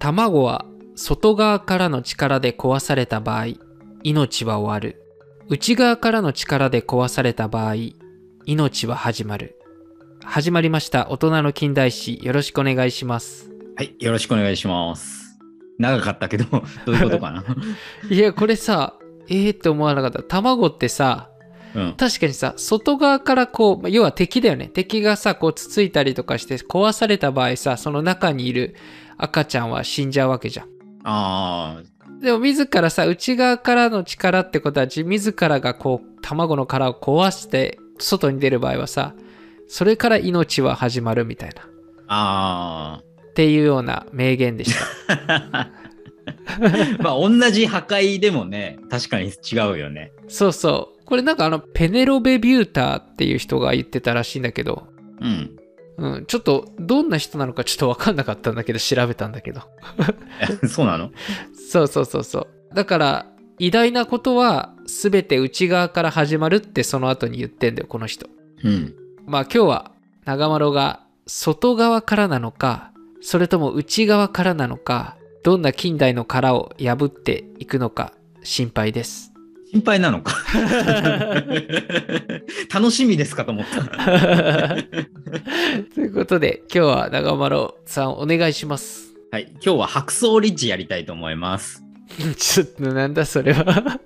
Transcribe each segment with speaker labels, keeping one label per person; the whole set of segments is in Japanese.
Speaker 1: 卵は外側からの力で壊された場合、命は終わる。内側からの力で壊された場合、命は始まる。始まりました。大人の近代史、よろしくお願いします。
Speaker 2: はい、よろしくお願いします。長かったけど、 どういうことかな。
Speaker 1: いや、これさ、ええって思わなかった。卵ってさ、
Speaker 2: うん、
Speaker 1: 確かにさ、外側からこうまあ、要は敵だよね。敵がさ、こうつついたりとかして壊された場合さ、その中にいる赤ちゃんは死んじゃうわけじゃん。
Speaker 2: あ
Speaker 1: でも自らさ内側からの力ってことは自自らがこう卵の殻を壊して外に出る場合はさそれから命は始まるみたいなっ
Speaker 2: ーあ
Speaker 1: ていうような名言でした
Speaker 2: ー まあ、同じ破壊でもね、確かに違うよね。
Speaker 1: そうそうこれなんかあのペネロベ・ビューターっていう人が言ってたらしいんだけど、
Speaker 2: うん。
Speaker 1: うん、ちょっとどんな人なのかちょっと分かんなかったんだけど調べたんだけど
Speaker 2: そうなの
Speaker 1: そうそうそうそうだから偉大なことは全て内側から始まるってその後に言ってんだよこの人
Speaker 2: うん。
Speaker 1: まあ今日は長丸が外側からなのかそれとも内側からなのかどんな近代の殻を破っていくのか心配です。
Speaker 2: 心配なのか。楽しみですかと思った。
Speaker 1: ということで今日は長丸さんお願いします。
Speaker 2: はい、今日は白草リッチやりたいと思います。
Speaker 1: ちょっとなんだそれは。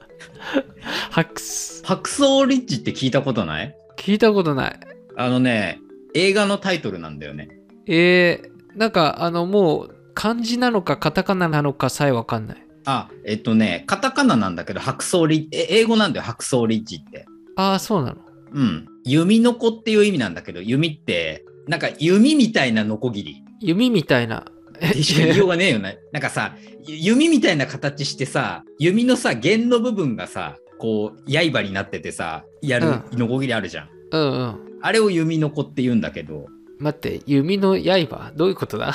Speaker 1: ハックス
Speaker 2: 白草リッチって聞いたことない
Speaker 1: 聞いたことない。
Speaker 2: あのね、映画のタイトルなんだよね。
Speaker 1: えー、なんかあのもう漢字なのかカタカナなのかさえわかんない。
Speaker 2: あ、えっとね、カタカナなんだけど、白草リえ英語なんだよ、白草リッチって。
Speaker 1: ああそうなの。
Speaker 2: うん。弓の子っていう意味なんだけど、弓って、なんか弓みたいなノコギリ。
Speaker 1: 弓みたいな。
Speaker 2: でしか言いようがねえよね。なんかさ、ゆ弓みたいな形してさ、弓のさ、弦の部分がさ、こう、刃になっててさ、やるノコギリあるじゃん。
Speaker 1: うんうん。
Speaker 2: あれを弓の子って言うんだけど、
Speaker 1: 待って弓の刃どういうことだ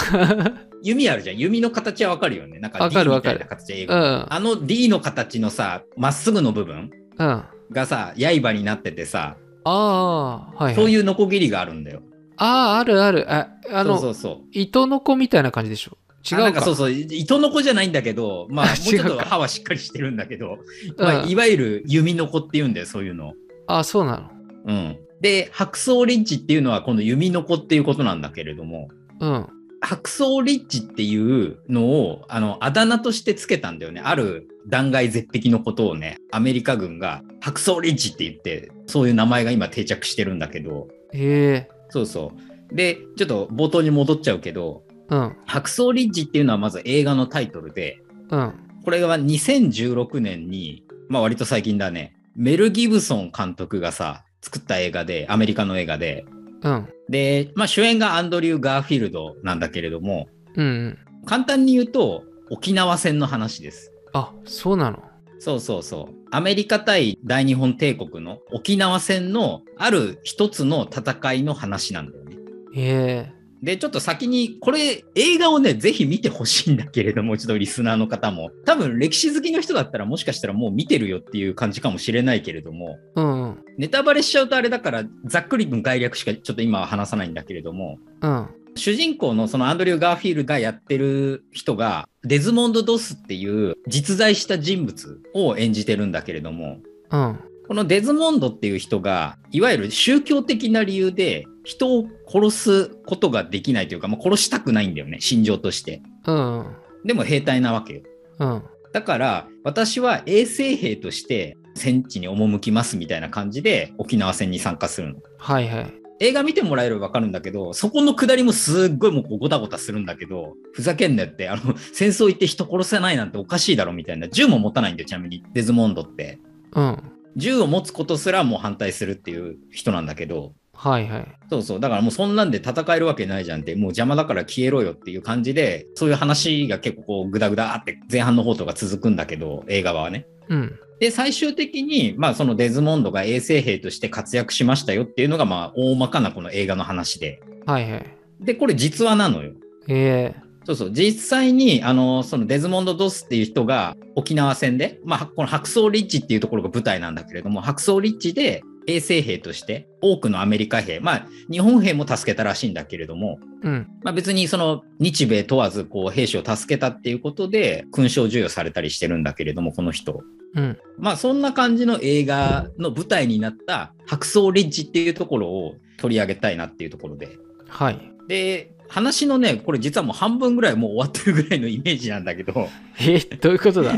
Speaker 2: 弓あるじゃん。弓の形はわかるよね。なんか
Speaker 1: わか
Speaker 2: D
Speaker 1: るわ
Speaker 2: み
Speaker 1: か
Speaker 2: た
Speaker 1: る
Speaker 2: いな形で英
Speaker 1: う
Speaker 2: 語。
Speaker 1: ん
Speaker 2: あの D の形のさ、まっすぐの部分
Speaker 1: うんあ
Speaker 2: がさ、刃になっててさ、
Speaker 1: あーはい、はい、
Speaker 2: そう
Speaker 1: う
Speaker 2: いうノコギリがあるんだよ。
Speaker 1: あああるあるああの
Speaker 2: そうそうそう。
Speaker 1: 糸の子みたいな感じでしょ違う
Speaker 2: あな
Speaker 1: か
Speaker 2: んかそうそう、糸の子じゃないんだけど、まあ、
Speaker 1: あ
Speaker 2: もうちょっ
Speaker 1: 違う
Speaker 2: と
Speaker 1: か
Speaker 2: 歯はしっかりしてるんだけど、
Speaker 1: うん
Speaker 2: まあ、いわゆる弓の子っていうんだよ、そういうの。
Speaker 1: あそうなの
Speaker 2: うん。で、白草リッチっていうのは、この弓の子っていうことなんだけれども、
Speaker 1: うん
Speaker 2: 白草リッチっていうのを、あの、あだ名としてつけたんだよね。ある断崖絶壁のことをね、アメリカ軍が白草リッチって言って、そういう名前が今定着してるんだけど、
Speaker 1: へえ
Speaker 2: そうそう。で、ちょっと冒頭に戻っちゃうけど、
Speaker 1: うん
Speaker 2: 白草リッチっていうのはまず映画のタイトルで、
Speaker 1: うん
Speaker 2: これは2016年に、まあ割と最近だね、メル・ギブソン監督がさ、作った映画で、アメリカの映画で、
Speaker 1: うん
Speaker 2: で、まあ主演がアンドリュー・ガーフィールドなんだけれども、
Speaker 1: うんうん
Speaker 2: 簡単に言うと、沖縄戦の話です。
Speaker 1: あそうなの
Speaker 2: そうそうそう。アメリカ対大日本帝国の沖縄戦のある一つの戦いの話なんだよね。
Speaker 1: へえ
Speaker 2: で、ちょっと先に、これ、映画をね、ぜひ見てほしいんだけれども、ちょっとリスナーの方も、多分歴史好きの人だったら、もしかしたらもう見てるよっていう感じかもしれないけれども、
Speaker 1: うんうん
Speaker 2: ネタバレしちゃうとあれだから、ざっくり分概略しかちょっと今は話さないんだけれども、
Speaker 1: うん
Speaker 2: 主人公のそのアンドリュー・ガーフィールがやってる人が、デズモンド・ドスっていう実在した人物を演じてるんだけれども、
Speaker 1: うん
Speaker 2: このデズモンドっていう人が、いわゆる宗教的な理由で人を殺すことができないというか、まあ、殺したくないんだよね、心情として。
Speaker 1: うん
Speaker 2: でも兵隊なわけよ。
Speaker 1: うん
Speaker 2: だから、私は衛生兵として戦地に赴きますみたいな感じで沖縄戦に参加するの。
Speaker 1: はいはい
Speaker 2: 映画見てもらえればわかるんだけど、そこの下りもすっごいもうこうごたごたするんだけど、ふざけんなよって、あの、戦争行って人殺せないなんておかしいだろみたいな、銃も持たないんだよ、ちなみに、デズモンドって。
Speaker 1: うん
Speaker 2: 銃を持つことすらもう反対するっていう人なんだけど、
Speaker 1: はいはい
Speaker 2: そうそう、だからもうそんなんで戦えるわけないじゃんって、もう邪魔だから消えろよっていう感じで、そういう話が結構こうグダグダって前半の方とか続くんだけど、映画はね。
Speaker 1: うん
Speaker 2: で、最終的に、まあそのデズモンドが衛生兵として活躍しましたよっていうのが、まあ大まかなこの映画の話で。
Speaker 1: はいはい
Speaker 2: で、これ実話なのよ。
Speaker 1: へえ
Speaker 2: そうそう、実際に、あの、そのデズモンド・ドスっていう人が沖縄戦で、まあ、この白草リッチっていうところが舞台なんだけれども、白草リッチで衛生兵として多くのアメリカ兵、まあ、日本兵も助けたらしいんだけれども、
Speaker 1: うん。
Speaker 2: まあ、別にその日米問わずこう兵士を助けたっていうことで勲章授与されたりしてるんだけれどもこの人。
Speaker 1: うん。
Speaker 2: まあそんな感じの映画の舞台になった白草リッジっていうところを取り上げたいなっていうところで。
Speaker 1: はい。
Speaker 2: で、話のね、これ実はもう半分ぐらいもう終わってるぐらいのイメージなんだけど、
Speaker 1: え、どういうことだ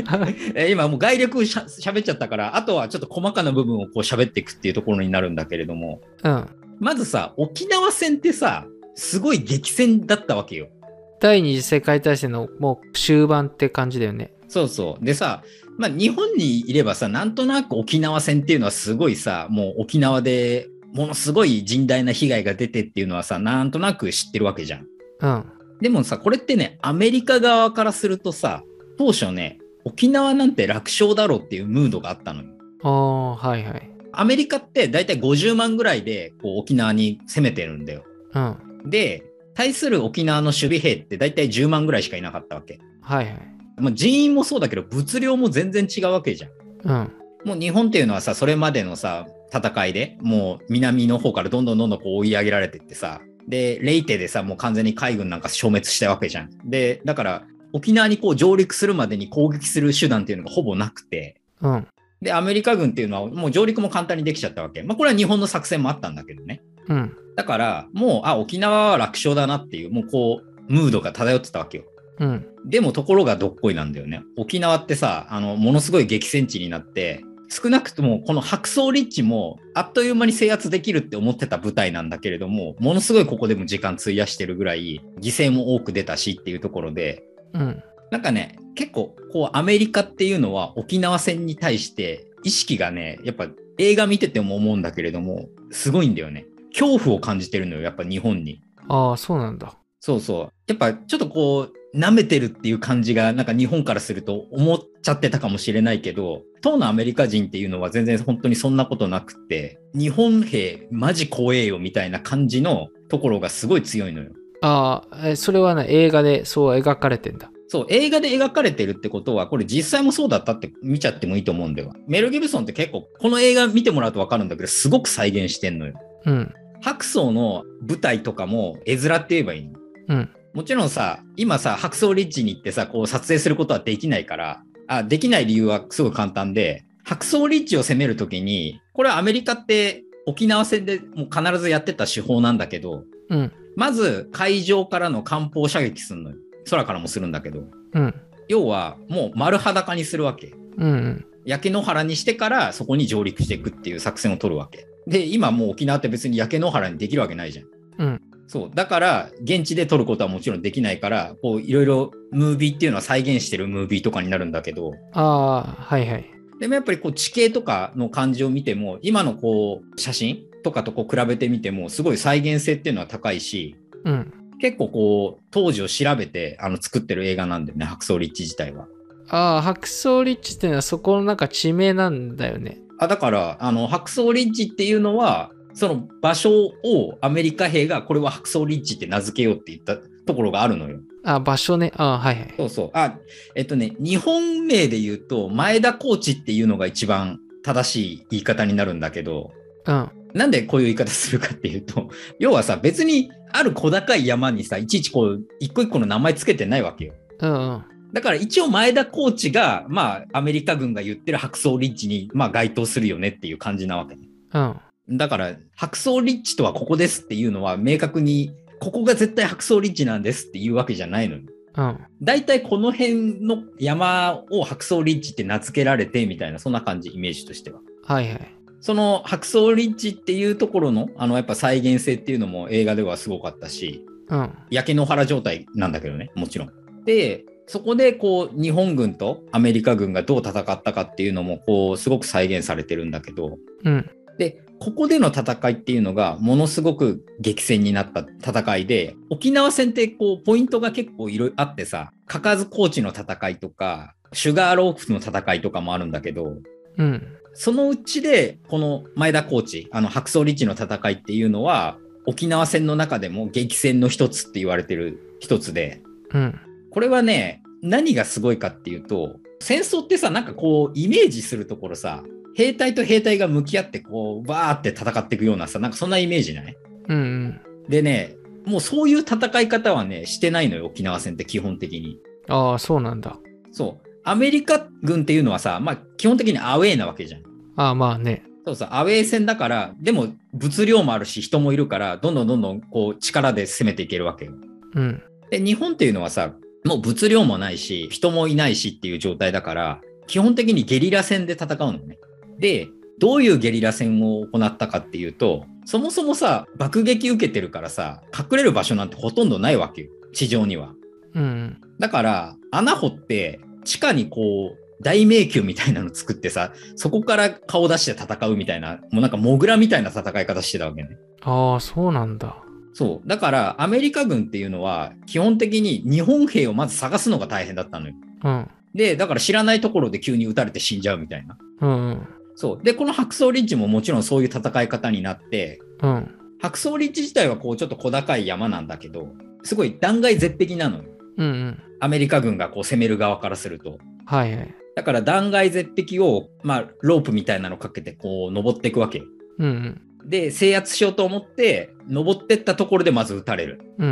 Speaker 1: は
Speaker 2: えー今もう概略しゃ喋っちゃったから、あとはちょっと細かな部分をこう喋っていくっていうところになるんだけれども、
Speaker 1: うん。
Speaker 2: まずさ、沖縄戦ってさ、すごい激戦だったわけよ。
Speaker 1: 第二次世界大戦のもう終盤って感じだよね。
Speaker 2: そうそう。でさ、まあ、日本にいればさ、なんとなく沖縄戦っていうのはすごいさ、もう沖縄でものすごい甚大な被害が出てっていうのはさ、なんとなく知ってるわけじゃん。
Speaker 1: うん。
Speaker 2: でもさ、これってね、アメリカ側からするとさ、当初ね、沖縄なんて楽勝だろうっていうムードがあったのよ。
Speaker 1: ああ、はいはい。
Speaker 2: アメリカって大体50万ぐらいでこう沖縄に攻めてるんだよ。
Speaker 1: うん。
Speaker 2: で、対する沖縄の守備兵って大体10万ぐらいしかいなかったわけ。
Speaker 1: はいはい。
Speaker 2: まあ、人員もそうだけど、物量も全然違うわけじゃん。
Speaker 1: うん。
Speaker 2: もう日本っていうのはさ、それまでのさ、戦いで、もう南の方からどんどんどんどんこう追い上げられてってさ、で、レイテでさ、もう完全に海軍なんか消滅したわけじゃん。で、だから、沖縄にこう上陸するまでに攻撃する手段っていうのがほぼなくて、
Speaker 1: うん。
Speaker 2: で、アメリカ軍っていうのはもう上陸も簡単にできちゃったわけ。まあ、これは日本の作戦もあったんだけどね。
Speaker 1: うん。
Speaker 2: だから、もう、あ、沖縄は楽勝だなっていう、もうこう、ムードが漂ってたわけよ。
Speaker 1: うん。
Speaker 2: でもところがどっこいなんだよね。沖縄ってさ、あの、ものすごい激戦地になって、少なくともこの白草立地もあっという間に制圧できるって思ってた舞台なんだけれども、ものすごいここでも時間費やしてるぐらい犠牲も多く出たしっていうところで、
Speaker 1: うん。
Speaker 2: なんかね、結構こうアメリカっていうのは沖縄戦に対して意識がね、やっぱ映画見てても思うんだけれども、すごいんだよね。恐怖を感じてるのよ、やっぱ日本に。
Speaker 1: ああ、そうなんだ。
Speaker 2: そうそう。やっぱちょっとこう、舐めてるっていう感じが、なんか日本からすると思っちゃってたかもしれないけど、当のアメリカ人っていうのは全然本当にそんなことなくて、日本兵マジ怖えよみたいな感じのところがすごい強いのよ。
Speaker 1: ああ、えそれはね、映画でそう描かれてんだ。
Speaker 2: そう、映画で描かれてるってことは、これ実際もそうだったって見ちゃってもいいと思うんだよ。メル・ギブソンって結構、この映画見てもらうとわかるんだけど、すごく再現してんのよ。
Speaker 1: うん。
Speaker 2: 白草の舞台とかも絵面って言えばいいの。
Speaker 1: うん。
Speaker 2: もちろんさ、今さ、白草リッジに行ってさ、こう撮影することはできないから、あできない理由はすごい簡単で、白草リッジを攻めるときに、これはアメリカって沖縄戦でもう必ずやってた手法なんだけど、
Speaker 1: うん。
Speaker 2: まず海上からの艦砲射撃するのよ。空からもするんだけど、
Speaker 1: うん。
Speaker 2: 要はもう丸裸にするわけ。
Speaker 1: うん。うん。
Speaker 2: 焼け野原にしてからそこに上陸していくっていう作戦を取るわけ。で、今もう沖縄って別に焼け野原にできるわけないじゃん。
Speaker 1: うん
Speaker 2: そう。だから、現地で撮ることはもちろんできないから、こう、いろいろムービーっていうのは再現してるムービーとかになるんだけど、
Speaker 1: ああ、はいはい。
Speaker 2: でもやっぱりこう、地形とかの感じを見ても、今のこう、写真とかとこう比べてみても、すごい再現性っていうのは高いし、
Speaker 1: うん。
Speaker 2: 結構こう、当時を調べて、あの、作ってる映画なんだよね、白草立地自体は。
Speaker 1: ああ、白草リッチってのはそこのなんか地名なんだよね。
Speaker 2: あだからあの白草リッジっていうのはその場所をアメリカ兵がこれは白草リッジって名付けようって言ったところがあるのよ。
Speaker 1: ああ、場所ね。ああ、はいはい。
Speaker 2: そうそう。あえっとね日本名で言うと前田コーチっていうのが一番正しい言い方になるんだけど
Speaker 1: うん。
Speaker 2: なんでこういう言い方するかっていうと 要はさ別にある小高い山にさいちいちこう一個一個の名前つけてないわけよ。
Speaker 1: うんうん。
Speaker 2: だから一応前田コーチがまあアメリカ軍が言ってる白草リッジにまあ該当するよねっていう感じなわけ。
Speaker 1: うん。
Speaker 2: だから、白草立地とはここですっていうのは明確に、ここが絶対白草立地なんですっていうわけじゃないのよ。
Speaker 1: うん。
Speaker 2: 大体この辺の山を白草立地って名付けられてみたいな、そんな感じ、イメージとしては。
Speaker 1: はいはい。
Speaker 2: その白草立地っていうところの、あの、やっぱ再現性っていうのも映画ではすごかったし、
Speaker 1: うん。
Speaker 2: 焼け野原状態なんだけどね、もちろん。で、そこでこう、日本軍とアメリカ軍がどう戦ったかっていうのも、こう、すごく再現されてるんだけど、
Speaker 1: うん。
Speaker 2: で、ここでの戦いっていうのがものすごく激戦になった戦いで、沖縄戦ってこうポイントが結構いろいろあってさ、カカズ高地の戦いとか、シュガーロークスの戦いとかもあるんだけど、
Speaker 1: うん。
Speaker 2: そのうちでこの前田コーチ、あの白草立地の戦いっていうのは、沖縄戦の中でも激戦の一つって言われてる一つで、
Speaker 1: うん。
Speaker 2: これはね、何がすごいかっていうと、戦争ってさ、なんかこう、イメージするところさ、兵隊と兵隊が向き合ってこうバーって戦っていくようなさなんかそんなイメージない
Speaker 1: うんうん。
Speaker 2: でねもうそういう戦い方はねしてないのよ沖縄戦って基本的に
Speaker 1: ああ、そうなんだ。
Speaker 2: そうアメリカ軍っていうのはさまあ基本的にアウェーなわけじゃん
Speaker 1: ああ、まあね。
Speaker 2: そうそうアウェー戦だからでも物量もあるし人もいるからどんどんどんどんこう力で攻めていけるわけよ
Speaker 1: うん。
Speaker 2: で日本っていうのはさもう物量もないし人もいないしっていう状態だから基本的にゲリラ戦で戦うのね。でどういうゲリラ戦を行ったかっていうとそもそもさ爆撃受けてるからさ隠れる場所なんてほとんどないわけよ地上には。
Speaker 1: うんうん。
Speaker 2: だから穴掘って地下にこう大迷宮みたいなの作ってさそこから顔出して戦うみたいなもうなんかモグラみたいな戦い方してたわけね。
Speaker 1: ああ、そうなんだ。
Speaker 2: そう。だから、アメリカ軍っていうのは、基本的に日本兵をまず探すのが大変だったのよ。
Speaker 1: うん。
Speaker 2: で、だから知らないところで急に撃たれて死んじゃうみたいな。
Speaker 1: うんうん。
Speaker 2: そう。で、この白草リッジももちろんそういう戦い方になって、
Speaker 1: うん。
Speaker 2: 白草リッジ自体はこうちょっと小高い山なんだけど、すごい断崖絶壁なのよ。
Speaker 1: うんうん。
Speaker 2: アメリカ軍がこう攻める側からすると。
Speaker 1: はいはい。
Speaker 2: だから断崖絶壁を、まあ、ロープみたいなのかけてこう登っていくわけ。
Speaker 1: うん
Speaker 2: で、制圧しようと思って、登ってったところでまず撃たれる。
Speaker 1: うん。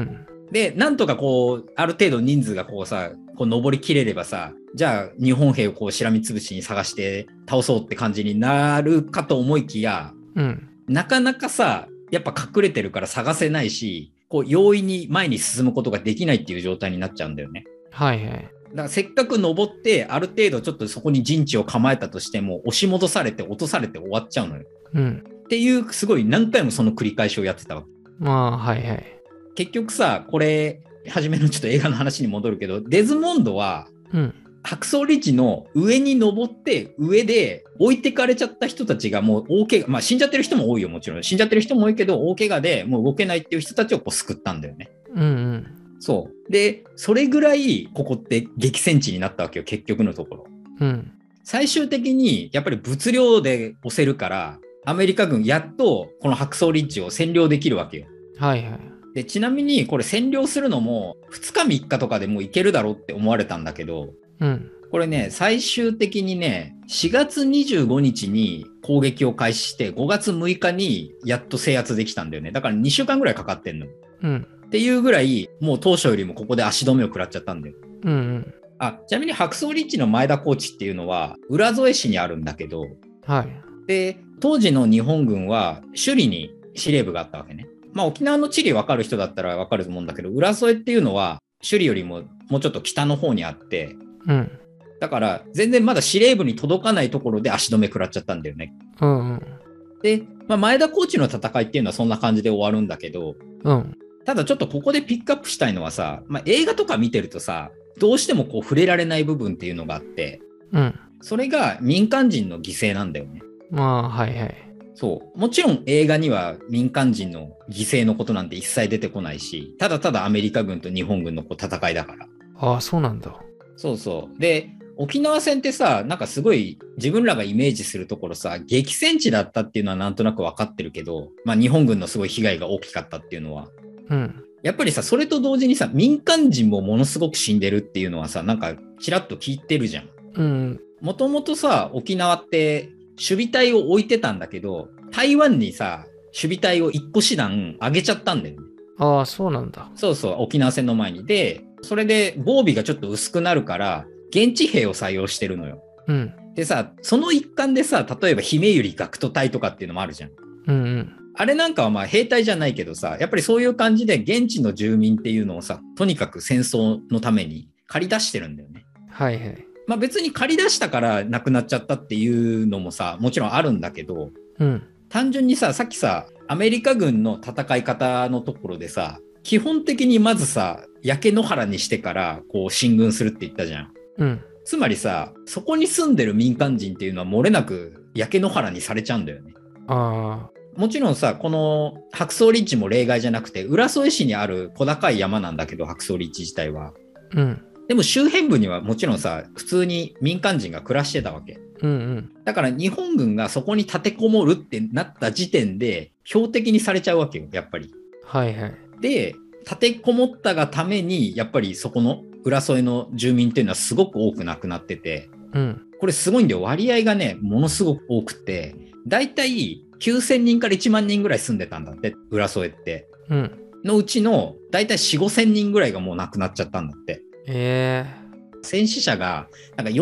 Speaker 1: うん。
Speaker 2: で、なんとかこう、ある程度人数がこうさ、こう登りきれればさ、じゃあ日本兵をこうしらみつぶしに探して倒そうって感じになるかと思いきや、
Speaker 1: うん。
Speaker 2: なかなかさ、やっぱ隠れてるから探せないし、こう容易に前に進むことができないっていう状態になっちゃうんだよね。
Speaker 1: はいはい。
Speaker 2: だからせっかく登って、ある程度ちょっとそこに陣地を構えたとしても、押し戻されて落とされて終わっちゃうのよ。
Speaker 1: うん。
Speaker 2: っていう、すごい何回もその繰り返しをやってたわけ
Speaker 1: まあ、はいはい。
Speaker 2: 結局さこれ初めのちょっと映画の話に戻るけどデズモンドは
Speaker 1: うん。
Speaker 2: 白草リッジの上に登って上で置いてかれちゃった人たちがもう大怪我まあ死んじゃってる人も多いよもちろん死んじゃってる人も多いけど大怪我でもう動けないっていう人たちをこう救ったんだよね。
Speaker 1: うんうん。
Speaker 2: そうでそれぐらいここって激戦地になったわけよ結局のところ。
Speaker 1: うん。
Speaker 2: 最終的にやっぱり物量で押せるからアメリカ軍やっとこの白草リッジを占領できるわけよ。
Speaker 1: はいはい。
Speaker 2: でちなみにこれ占領するのも2日3日とかでもういけるだろうって思われたんだけど
Speaker 1: うん。
Speaker 2: これね最終的にね4月25日に攻撃を開始して5月6日にやっと制圧できたんだよねだから2週間ぐらいかかってんの。っ
Speaker 1: うん。
Speaker 2: ていうぐらいもう当初よりもここで足止めを食らっちゃったんだよ。
Speaker 1: うんうん。
Speaker 2: あちなみに白草立地の前田コーチっていうのは浦添市にあるんだけど
Speaker 1: はい。
Speaker 2: で当時の日本軍は首里に司令部があったわけね。まあ、沖縄の地理分かる人だったら分かると思うんだけど浦添っていうのは首里よりももうちょっと北の方にあって
Speaker 1: うん。
Speaker 2: だから全然まだ司令部に届かないところで足止め食らっちゃったんだよね。
Speaker 1: うんうん。
Speaker 2: で、まあ、前田コーチの戦いっていうのはそんな感じで終わるんだけど
Speaker 1: うん。
Speaker 2: ただちょっとここでピックアップしたいのはさ、まあ、映画とか見てるとさどうしてもこう触れられない部分っていうのがあって
Speaker 1: うん。
Speaker 2: それが民間人の犠牲なんだよね。
Speaker 1: まあ、はいはい。
Speaker 2: そう。もちろん映画には民間人の犠牲のことなんて一切出てこないし、ただただアメリカ軍と日本軍のこう戦いだから。
Speaker 1: ああ、そうなんだ。
Speaker 2: そうそう。で、沖縄戦ってさ、なんかすごい自分らがイメージするところさ、激戦地だったっていうのはなんとなく分かってるけど、まあ日本軍のすごい被害が大きかったっていうのは、
Speaker 1: うん。
Speaker 2: やっぱりさ、それと同時にさ、民間人もものすごく死んでるっていうのはさ、なんかちらっと聞いてるじゃん。
Speaker 1: うん。
Speaker 2: もともとさ、沖縄って守備隊を置いてたんだけど、台湾にさ、守備隊を1個師団上げちゃったんだよね。
Speaker 1: ああ、そうなんだ。
Speaker 2: そうそう、沖縄戦の前に。で、それで防備がちょっと薄くなるから、現地兵を採用してるのよ。
Speaker 1: うん。
Speaker 2: でさ、その一環でさ、例えば姫百合学徒隊とかっていうのもあるじゃん。
Speaker 1: うんうん。
Speaker 2: あれなんかはまあ兵隊じゃないけどさ、やっぱりそういう感じで現地の住民っていうのをさ、とにかく戦争のために借り出してるんだよね。
Speaker 1: はいはい。
Speaker 2: まあ別に借り出したからなくなっちゃったっていうのもさ、もちろんあるんだけど、
Speaker 1: うん。
Speaker 2: 単純にさ、さっきさ、アメリカ軍の戦い方のところでさ、基本的にまずさ、焼け野原にしてから、こう、進軍するって言ったじゃん。
Speaker 1: うん。
Speaker 2: つまりさ、そこに住んでる民間人っていうのは漏れなく焼け野原にされちゃうんだよね。
Speaker 1: あ
Speaker 2: もちろんさ、この白草立地も例外じゃなくて、浦添市にある小高い山なんだけど、白草立地自体は。
Speaker 1: あ。うん。
Speaker 2: でも周辺部にはもちろんさ、普通に民間人が暮らしてたわけ。
Speaker 1: うんうん。
Speaker 2: だから日本軍がそこに立てこもるってなった時点で標的にされちゃうわけよ、やっぱり。
Speaker 1: はいはい。
Speaker 2: で、立てこもったがために、やっぱりそこの浦添の住民っていうのはすごく多く亡くなってて、
Speaker 1: うん。
Speaker 2: これすごいんだよ。割合がね、ものすごく多くて、だいたい9000人から1万人ぐらい住んでたんだって、浦添って。
Speaker 1: うん。
Speaker 2: のうちの、だいたい4、5000人ぐらいがもう亡くなっちゃったんだって。
Speaker 1: え
Speaker 2: 戦死者が、なんか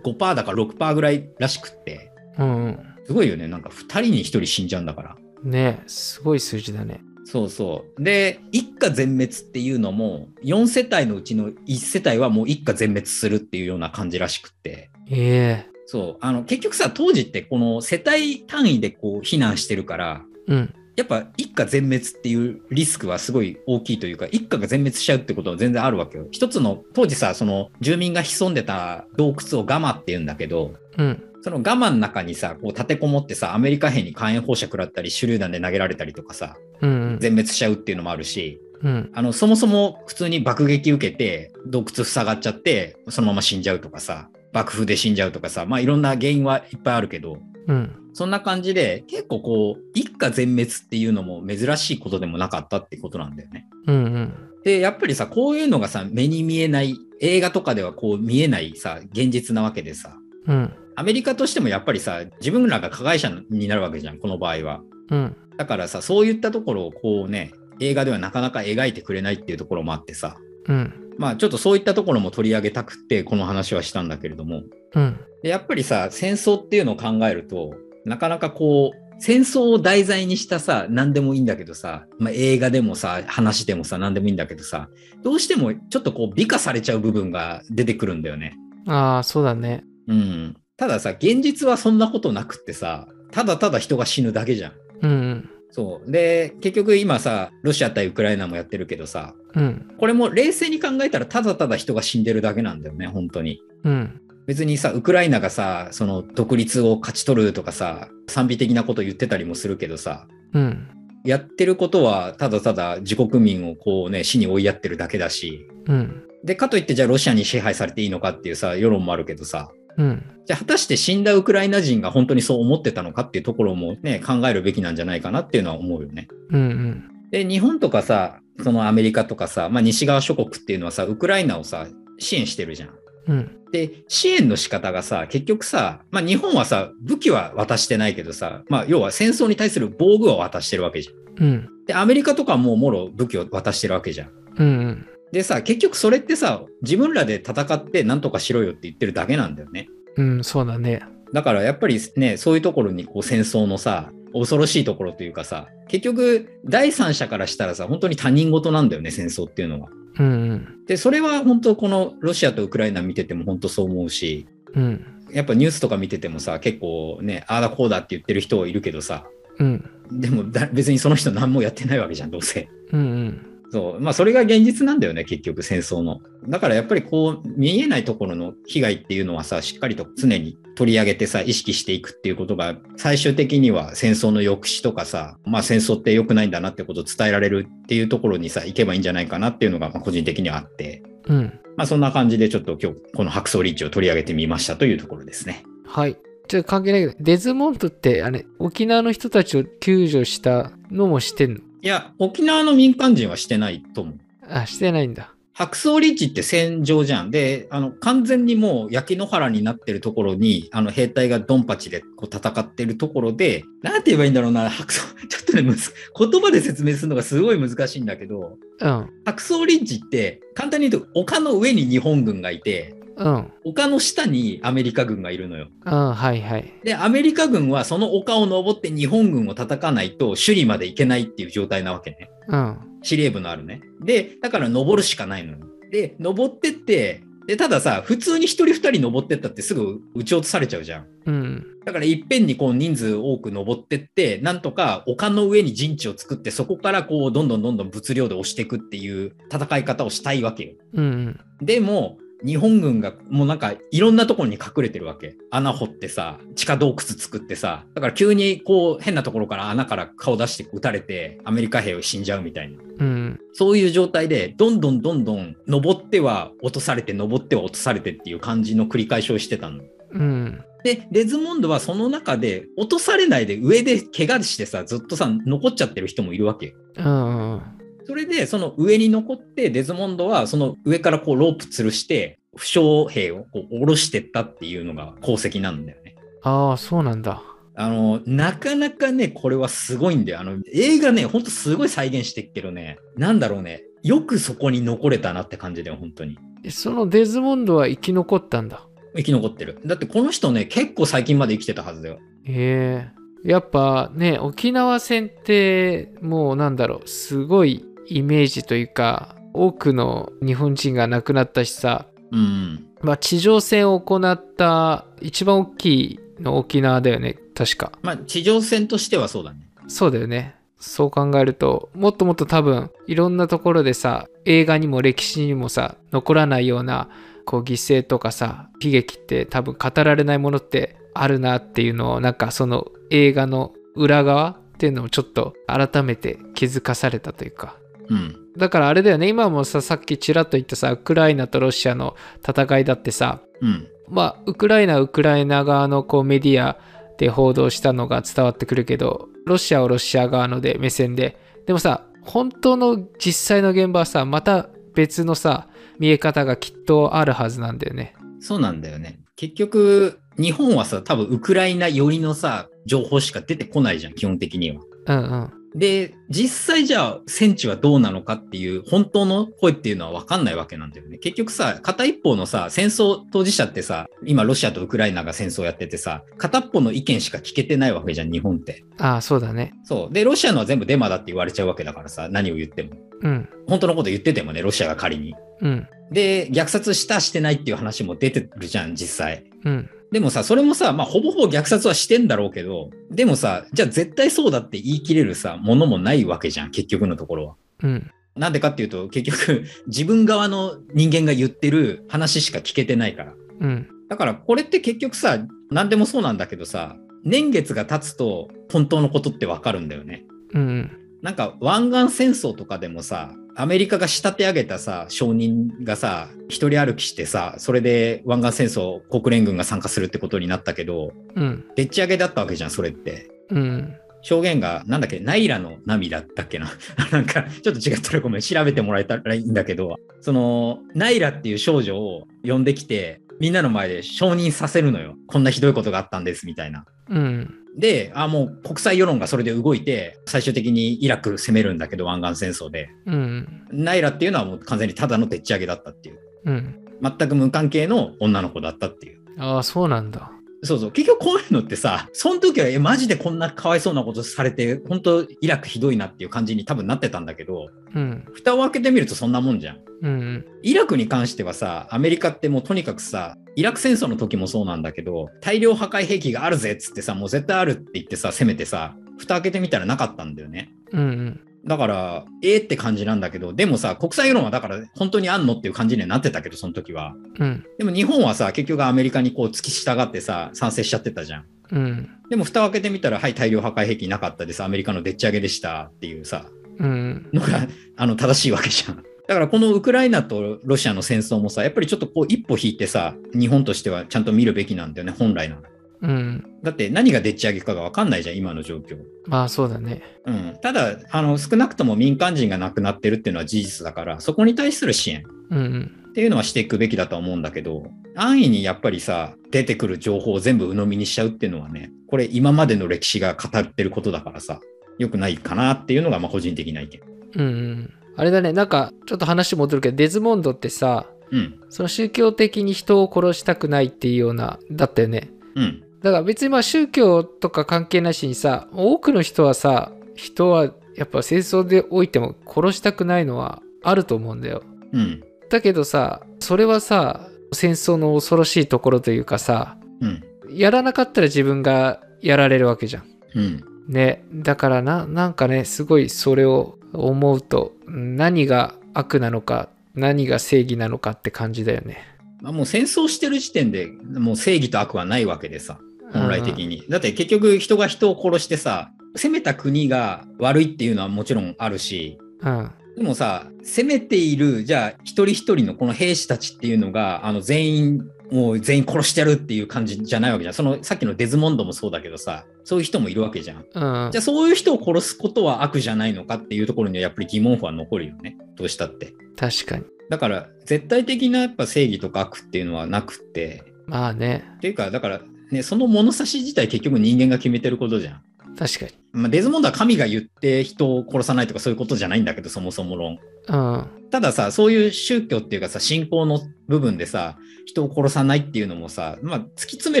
Speaker 2: 45%だから6%ぐらいらしくって。
Speaker 1: えうんうん。
Speaker 2: すごいよね。なんか2人に1人死んじゃうんだから。
Speaker 1: ねえすごい数字だね。
Speaker 2: そうそう。で、一家全滅っていうのも、4世帯のうちの1世帯はもう一家全滅するっていうような感じらしくって。
Speaker 1: え
Speaker 2: そう。あの、結局さ、当時ってこの世帯単位でこう避難してるから、
Speaker 1: えうん。
Speaker 2: やっぱ一家全滅っていうリスクはすごい大きいというか、一家が全滅しちゃうってことは全然あるわけよ。一つの、当時さ、その住民が潜んでた洞窟をガマって言うんだけど、
Speaker 1: うん。
Speaker 2: そのガマの中にさ、こう立てこもってさ、アメリカ兵に火炎放射食らったり、手榴弾で投げられたりとかさ、
Speaker 1: うんうん。
Speaker 2: 全滅しちゃうっていうのもあるし、
Speaker 1: うん。
Speaker 2: あの、そもそも普通に爆撃受けて、洞窟塞がっちゃって、そのまま死んじゃうとかさ、爆風で死んじゃうとかさ、まあいろんな原因はいっぱいあるけど、
Speaker 1: うん。
Speaker 2: そんな感じで、結構こう、一家全滅っていうのも珍しいことでもなかったってことなんだよね。
Speaker 1: うんうん。
Speaker 2: で、やっぱりさ、こういうのがさ、目に見えない、映画とかではこう見えないさ、現実なわけでさ、
Speaker 1: うん。
Speaker 2: アメリカとしてもやっぱりさ、自分らが加害者になるわけじゃん、この場合は。
Speaker 1: うん。
Speaker 2: だからさ、そういったところをこうね、映画ではなかなか描いてくれないっていうところもあってさ、
Speaker 1: うん。
Speaker 2: まあちょっとそういったところも取り上げたくってこの話はしたんだけれども
Speaker 1: うん。
Speaker 2: でやっぱりさ戦争っていうのを考えるとなかなかこう戦争を題材にしたさ何でもいいんだけどさ、まあ、映画でもさ話でもさ何でもいいんだけどさどうしてもちょっとこう美化されちゃう部分が出てくるんだよね。
Speaker 1: ああ、そうだね。
Speaker 2: うん、たださ現実はそんなことなくってさただただ人が死ぬだけじゃん。
Speaker 1: うん
Speaker 2: そうで結局今さロシア対ウクライナもやってるけどさ
Speaker 1: うん。うん。
Speaker 2: これも冷静に考えたらただただ人が死んでるだけなんだよね本当に。
Speaker 1: うん。
Speaker 2: 別にさウクライナがさその独立を勝ち取るとかさ賛美的なこと言ってたりもするけどさ
Speaker 1: うん。
Speaker 2: やってることはただただ自国民をこうね死に追いやってるだけだし
Speaker 1: うん。
Speaker 2: でかといってじゃあロシアに支配されていいのかっていうさ世論もあるけどさ
Speaker 1: うん。
Speaker 2: じゃあ果たして死んだウクライナ人が本当にそう思ってたのかっていうところもね考えるべきなんじゃないかなっていうのは思うよね。
Speaker 1: うん。
Speaker 2: で日本とかさそのアメリカとかさ、まあ、西側諸国っていうのはさウクライナをさ支援してるじゃん。
Speaker 1: うん。
Speaker 2: で、支援の仕方がさ、結局さ、まあ日本はさ、武器は渡してないけどさ、まあ要は戦争に対する防具は渡してるわけじゃん。
Speaker 1: うん。
Speaker 2: で、アメリカとかはもうもろ武器を渡してるわけじゃん。
Speaker 1: うん。
Speaker 2: でさ、結局それってさ、自分らで戦ってなんとかしろよって言ってるだけなんだよね。
Speaker 1: うん。そうだね。
Speaker 2: だからやっぱりね、そういうところにこう戦争のさ、恐ろしいところというかさ、結局第三者からしたらさ、本当に他人事なんだよね、戦争っていうのは。
Speaker 1: うん。
Speaker 2: で、それは本当このロシアとウクライナ見てても本当そう思うし、
Speaker 1: うん。
Speaker 2: やっぱニュースとか見ててもさ結構ねああだこうだって言ってる人いるけどさ
Speaker 1: うん。
Speaker 2: でもだ別にその人何もやってないわけじゃんどうせ。
Speaker 1: うん。
Speaker 2: そうまあそれが現実なんだよね結局戦争の。だからやっぱりこう見えないところの被害っていうのはさしっかりと常に取り上げてさ意識していくっていうことが最終的には戦争の抑止とかさまあ戦争って良くないんだなってことを伝えられるっていうところにさ行けばいいんじゃないかなっていうのがまあ個人的にはあって
Speaker 1: うん。
Speaker 2: まあそんな感じでちょっと今日この白装リッチを取り上げてみましたというところですね。
Speaker 1: はい。ちょっと関係ないけど、デズモンドって、あれ、沖縄の人たちを救助したのもしてんの
Speaker 2: いや、沖縄の民間人はしてないと思う。
Speaker 1: あ、してないんだ。
Speaker 2: 白草リッチって戦場じゃん。で、あの、完全にもう焼け野原になってるところに、あの、兵隊がドンパチでこう戦ってるところで、なんて言えばいいんだろうな、白草、 ちょっとね、むず言葉で説明するのがすごい難しいんだけど、
Speaker 1: うん。
Speaker 2: 白草リッチって、簡単に言うと、丘の上に日本軍がいて、
Speaker 1: うん。
Speaker 2: 丘の下にアメリカ軍がいるのよ。
Speaker 1: うん。はいはい。
Speaker 2: で、アメリカ軍はその丘を登って日本軍を叩かないと首里まで行けないっていう状態なわけね。
Speaker 1: うん。
Speaker 2: 司令部のあるね。で、だから登るしかないのよ。で、登ってって、で、たださ、普通に一人二人登ってったってすぐ撃ち落とされちゃうじゃん。
Speaker 1: うん。
Speaker 2: だからいっぺんにこう人数多く登ってって、なんとか丘の上に陣地を作って、そこからこうどんどんどんどん物量で押していくっていう戦い方をしたいわけよ。
Speaker 1: うん。
Speaker 2: でも、日本軍がもうなんかいろんなところに隠れてるわけ。穴掘ってさ、地下洞窟作ってさ、だから急にこう変なところから穴から顔出して撃たれて、アメリカ兵を死んじゃうみたいな。
Speaker 1: うん。
Speaker 2: そういう状態で、どんどんどんどん登っては落とされて、登っては落とされてっていう感じの繰り返しをしてたの。
Speaker 1: うん。
Speaker 2: で、デズモンドはその中で、落とされないで上で怪我してさ、ずっとさ、残っちゃってる人もいるわけよ。
Speaker 1: うん。
Speaker 2: それで、その上に残って、デズモンドはその上からこうロープ吊るして、負傷兵をこう下ろしてったっていうのが功績なんだよね。
Speaker 1: ああ、そうなんだ。
Speaker 2: あの、なかなかね、これはすごいんだよ。あの、映画ね、ほんとすごい再現してっけどね、なんだろうね、よくそこに残れたなって感じだよ、本当に。
Speaker 1: えそのデズモンドは生き残ったんだ。
Speaker 2: 生き残ってる。だってこの人ね、結構最近まで生きてたはずだよ。
Speaker 1: へえやっぱね沖縄戦ってもうなんだろうすごいイメージというか多くの日本人が亡くなったしさ、
Speaker 2: うん。
Speaker 1: まあ、地上戦を行った一番大きいの沖縄だよね確か
Speaker 2: まあ、地上戦としてはそうだね。
Speaker 1: そうだよねそう考えるともっともっと多分いろんなところでさ映画にも歴史にもさ残らないようなこう犠牲とかさ悲劇って多分語られないものってあるなっていうのをなんかその映画の裏側っていうのをちょっと改めて気づかされたというか
Speaker 2: うん。
Speaker 1: だからあれだよね今もささっきちらっと言ったさウクライナとロシアの戦いだってさ
Speaker 2: うん。
Speaker 1: まあ、ウクライナはウクライナ側のこうメディアで報道したのが伝わってくるけどロシアをロシア側ので目線ででもさ本当の実際の現場はさまた別のさ見え方がきっとあるはずなんだよね
Speaker 2: そうなんだよね。結局、日本はさ、多分ウクライナ寄りのさ、情報しか出てこないじゃん、基本的には。
Speaker 1: うんうん
Speaker 2: で、実際じゃあ戦地はどうなのかっていう本当の声っていうのは分かんないわけなんだよね。結局さ、片一方のさ、戦争当事者ってさ、今ロシアとウクライナが戦争やっててさ、片っぽの意見しか聞けてないわけじゃん、日本って。
Speaker 1: ああそうだね
Speaker 2: そう。で、ロシアのは全部デマだって言われちゃうわけだからさ、何を言っても。
Speaker 1: うん
Speaker 2: 本当のこと言っててもね、ロシアが仮に。
Speaker 1: うん
Speaker 2: で、虐殺したしてないっていう話も出てるじゃん、実際。
Speaker 1: うん
Speaker 2: でもさ、それもさ、まあ、ほぼほぼ虐殺はしてんだろうけど、でもさ、じゃあ絶対そうだって言い切れるさ、ものもないわけじゃん、結局のところは。
Speaker 1: うん
Speaker 2: なんでかっていうと、結局、自分側の人間が言ってる話しか聞けてないから。
Speaker 1: うん
Speaker 2: だから、これって結局さ、何でもそうなんだけどさ、年月が経つと、本当のことってわかるんだよね。
Speaker 1: うん
Speaker 2: なんか、湾岸戦争とかでもさ、アメリカが仕立て上げたさ、商人がさ、一人歩きしてさ、それで湾岸戦争、国連軍が参加するってことになったけど、
Speaker 1: うん
Speaker 2: でっち上げだったわけじゃん、それって。
Speaker 1: うん
Speaker 2: 証言が、なんだっけ、ナイラの涙だっけな。 なんか、ちょっと違ったらごめん、調べてもらえたらいいんだけど、その、ナイラっていう少女を呼んできて、みんなの前で承認させるのよ。こんなひどいことがあったんです、みたいな。
Speaker 1: うん
Speaker 2: で、あ、もう国際世論がそれで動いて、最終的にイラク攻めるんだけど、湾岸戦争で。
Speaker 1: うん
Speaker 2: ナイラっていうのはもう完全にただのでっち上げだったっていう。
Speaker 1: うん
Speaker 2: 全く無関係の女の子だったっていう。
Speaker 1: ああそうなんだ
Speaker 2: そうそう。結局こういうのってさ、その時は、え、マジでこんなかわいそうなことされて、本当イラクひどいなっていう感じに多分なってたんだけど、
Speaker 1: うん
Speaker 2: 蓋を開けてみるとそんなもんじゃん。
Speaker 1: うん
Speaker 2: イラクに関してはさ、アメリカってもうとにかくさ、イラク戦争の時もそうなんだけど、大量破壊兵器があるぜっつってさ、もう絶対あるって言ってさ、攻めてさ、蓋開けてみたらなかったんだよね。
Speaker 1: うんうん
Speaker 2: だから、えーって感じなんだけど、でもさ、国際世論はだから本当にあんのっていう感じにはなってたけど、その時は。
Speaker 1: うん
Speaker 2: でも日本はさ、結局アメリカにこう突き従ってさ、賛成しちゃってたじゃん。
Speaker 1: うん
Speaker 2: でも蓋を開けてみたら、はい、大量破壊兵器なかったです、アメリカのでっち上げでしたっていうさ、
Speaker 1: うん
Speaker 2: のが あの正しいわけじゃん。だからこのウクライナとロシアの戦争もさ、やっぱりちょっとこう一歩引いてさ、日本としてはちゃんと見るべきなんだよね、本来なら。
Speaker 1: うん
Speaker 2: だって何がでっち上げかがわかんないじゃん、今の状況。
Speaker 1: まあそうだね
Speaker 2: うん、ただあの、少なくとも民間人が亡くなってるっていうのは事実だから、そこに対する支援
Speaker 1: うん
Speaker 2: っていうのはしていくべきだとは思うんだけど、安易にやっぱりさ、出てくる情報を全部鵜呑みにしちゃうっていうのはね、これ今までの歴史が語ってることだからさ、良くないかなっていうのがまあ個人的な意見。
Speaker 1: うんうんあれだねなんかちょっと話戻るけどデズモンドってさ
Speaker 2: うん。
Speaker 1: その宗教的に人を殺したくないっていうようなだったよね
Speaker 2: うん。
Speaker 1: だから別にまあ宗教とか関係なしにさ多くの人はさ人はやっぱ戦争でおいても殺したくないのはあると思うんだよ
Speaker 2: うん。
Speaker 1: だけどさそれはさ戦争の恐ろしいところというかさ
Speaker 2: うん。
Speaker 1: やらなかったら自分がやられるわけじゃん
Speaker 2: うん。
Speaker 1: ねだからななんかねすごいそれを思うとうん何が悪なのか何が正義なのかって感じだよね
Speaker 2: まあ、もう戦争してる時点でもう正義と悪はないわけでさ、本来的
Speaker 1: うん
Speaker 2: に。だって結局人が人を殺してさ、攻めた国が悪いっていうのはもちろんあるし、
Speaker 1: うん
Speaker 2: でもさ、攻めている、じゃあ、一人一人のこの兵士たちっていうのが、あの、全員、もう全員殺してやるっていう感じじゃないわけじゃん。その、さっきのデズモンドもそうだけどさ、そういう人もいるわけじゃん。
Speaker 1: うん
Speaker 2: じゃあ、そういう人を殺すことは悪じゃないのかっていうところには、やっぱり疑問符は残るよね。どうしたって。
Speaker 1: 確かに
Speaker 2: だから絶対的なやっぱ正義とか悪っていうのはなくて
Speaker 1: まあね、
Speaker 2: っていうかだからねその物差し自体結局人間が決めてることじゃん。
Speaker 1: 確かに。
Speaker 2: まあ、デズモンドは神が言って人を殺さないとかそういうことじゃないんだけどそもそも論。
Speaker 1: うん。
Speaker 2: たださそういう宗教っていうかさ信仰の部分でさ人を殺さないっていうのもさ、まあ、突き詰め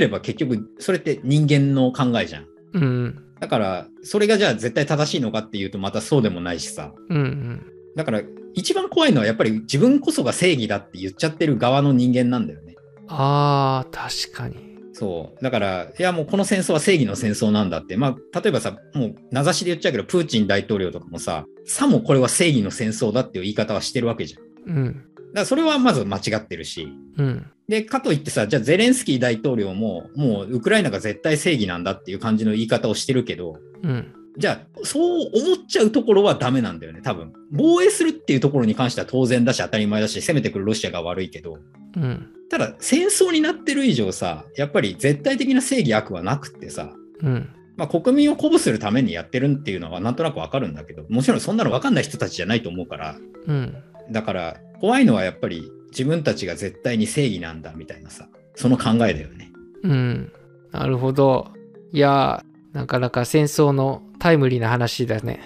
Speaker 2: れば結局それって人間の考えじゃん。
Speaker 1: うん。
Speaker 2: だからそれがじゃあ絶対正しいのかっていうとまたそうでもないしさ
Speaker 1: うんうん。
Speaker 2: だから一番怖いのはやっぱり自分こそが正義だって言っちゃってる側の人間なんだよね。
Speaker 1: ああ、確かに。
Speaker 2: そうだからいやもうこの戦争は正義の戦争なんだってまあ例えばさもう名指しで言っちゃうけどプーチン大統領とかもささもこれは正義の戦争だっていう言い方はしてるわけじゃん。だ
Speaker 1: うん。
Speaker 2: からそれはまず間違ってるし
Speaker 1: うん。
Speaker 2: で、かといってさ、じゃあゼレンスキー大統領も、もうウクライナが絶対正義なんだっていう感じの言い方をしてるけど、
Speaker 1: うん。
Speaker 2: じゃあ、そう思っちゃうところはダメなんだよね、多分。防衛するっていうところに関しては当然だし、当たり前だし、攻めてくるロシアが悪いけど、
Speaker 1: うん。
Speaker 2: ただ、戦争になってる以上さ、やっぱり絶対的な正義悪はなくってさ、
Speaker 1: うん。
Speaker 2: まあ、国民を鼓舞するためにやってるっていうのはなんとなくわかるんだけど、もちろんそんなのわかんない人たちじゃないと思うから、
Speaker 1: うん。
Speaker 2: だから怖いのはやっぱり自分たちが絶対に正義なんだみたいなさ、その考えだよね。
Speaker 1: うん。なるほど。いやー、なかなか戦争のタイムリーな話だね。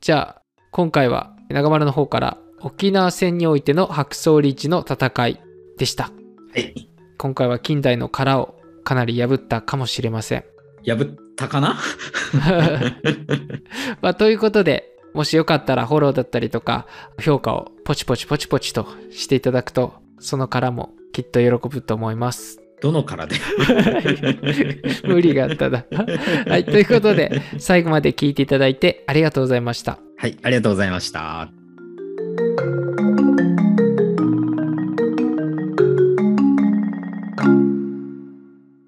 Speaker 1: じゃあ、今回は長丸の方から沖縄戦においての白草リーチの戦いでした。
Speaker 2: はい。
Speaker 1: 今回は近代の殻をかなり破ったかもしれません。
Speaker 2: 破ったかな
Speaker 1: まあ、ということで、もしよかったらフォローだったりとか、評価をポチポチポチポチとしていただくと、その殻もきっと喜ぶと思います。
Speaker 2: どのからで
Speaker 1: 無理があっただ。はい、ということで、最後まで聞いていただいてありがとうございました。
Speaker 2: はい、ありがとうございました。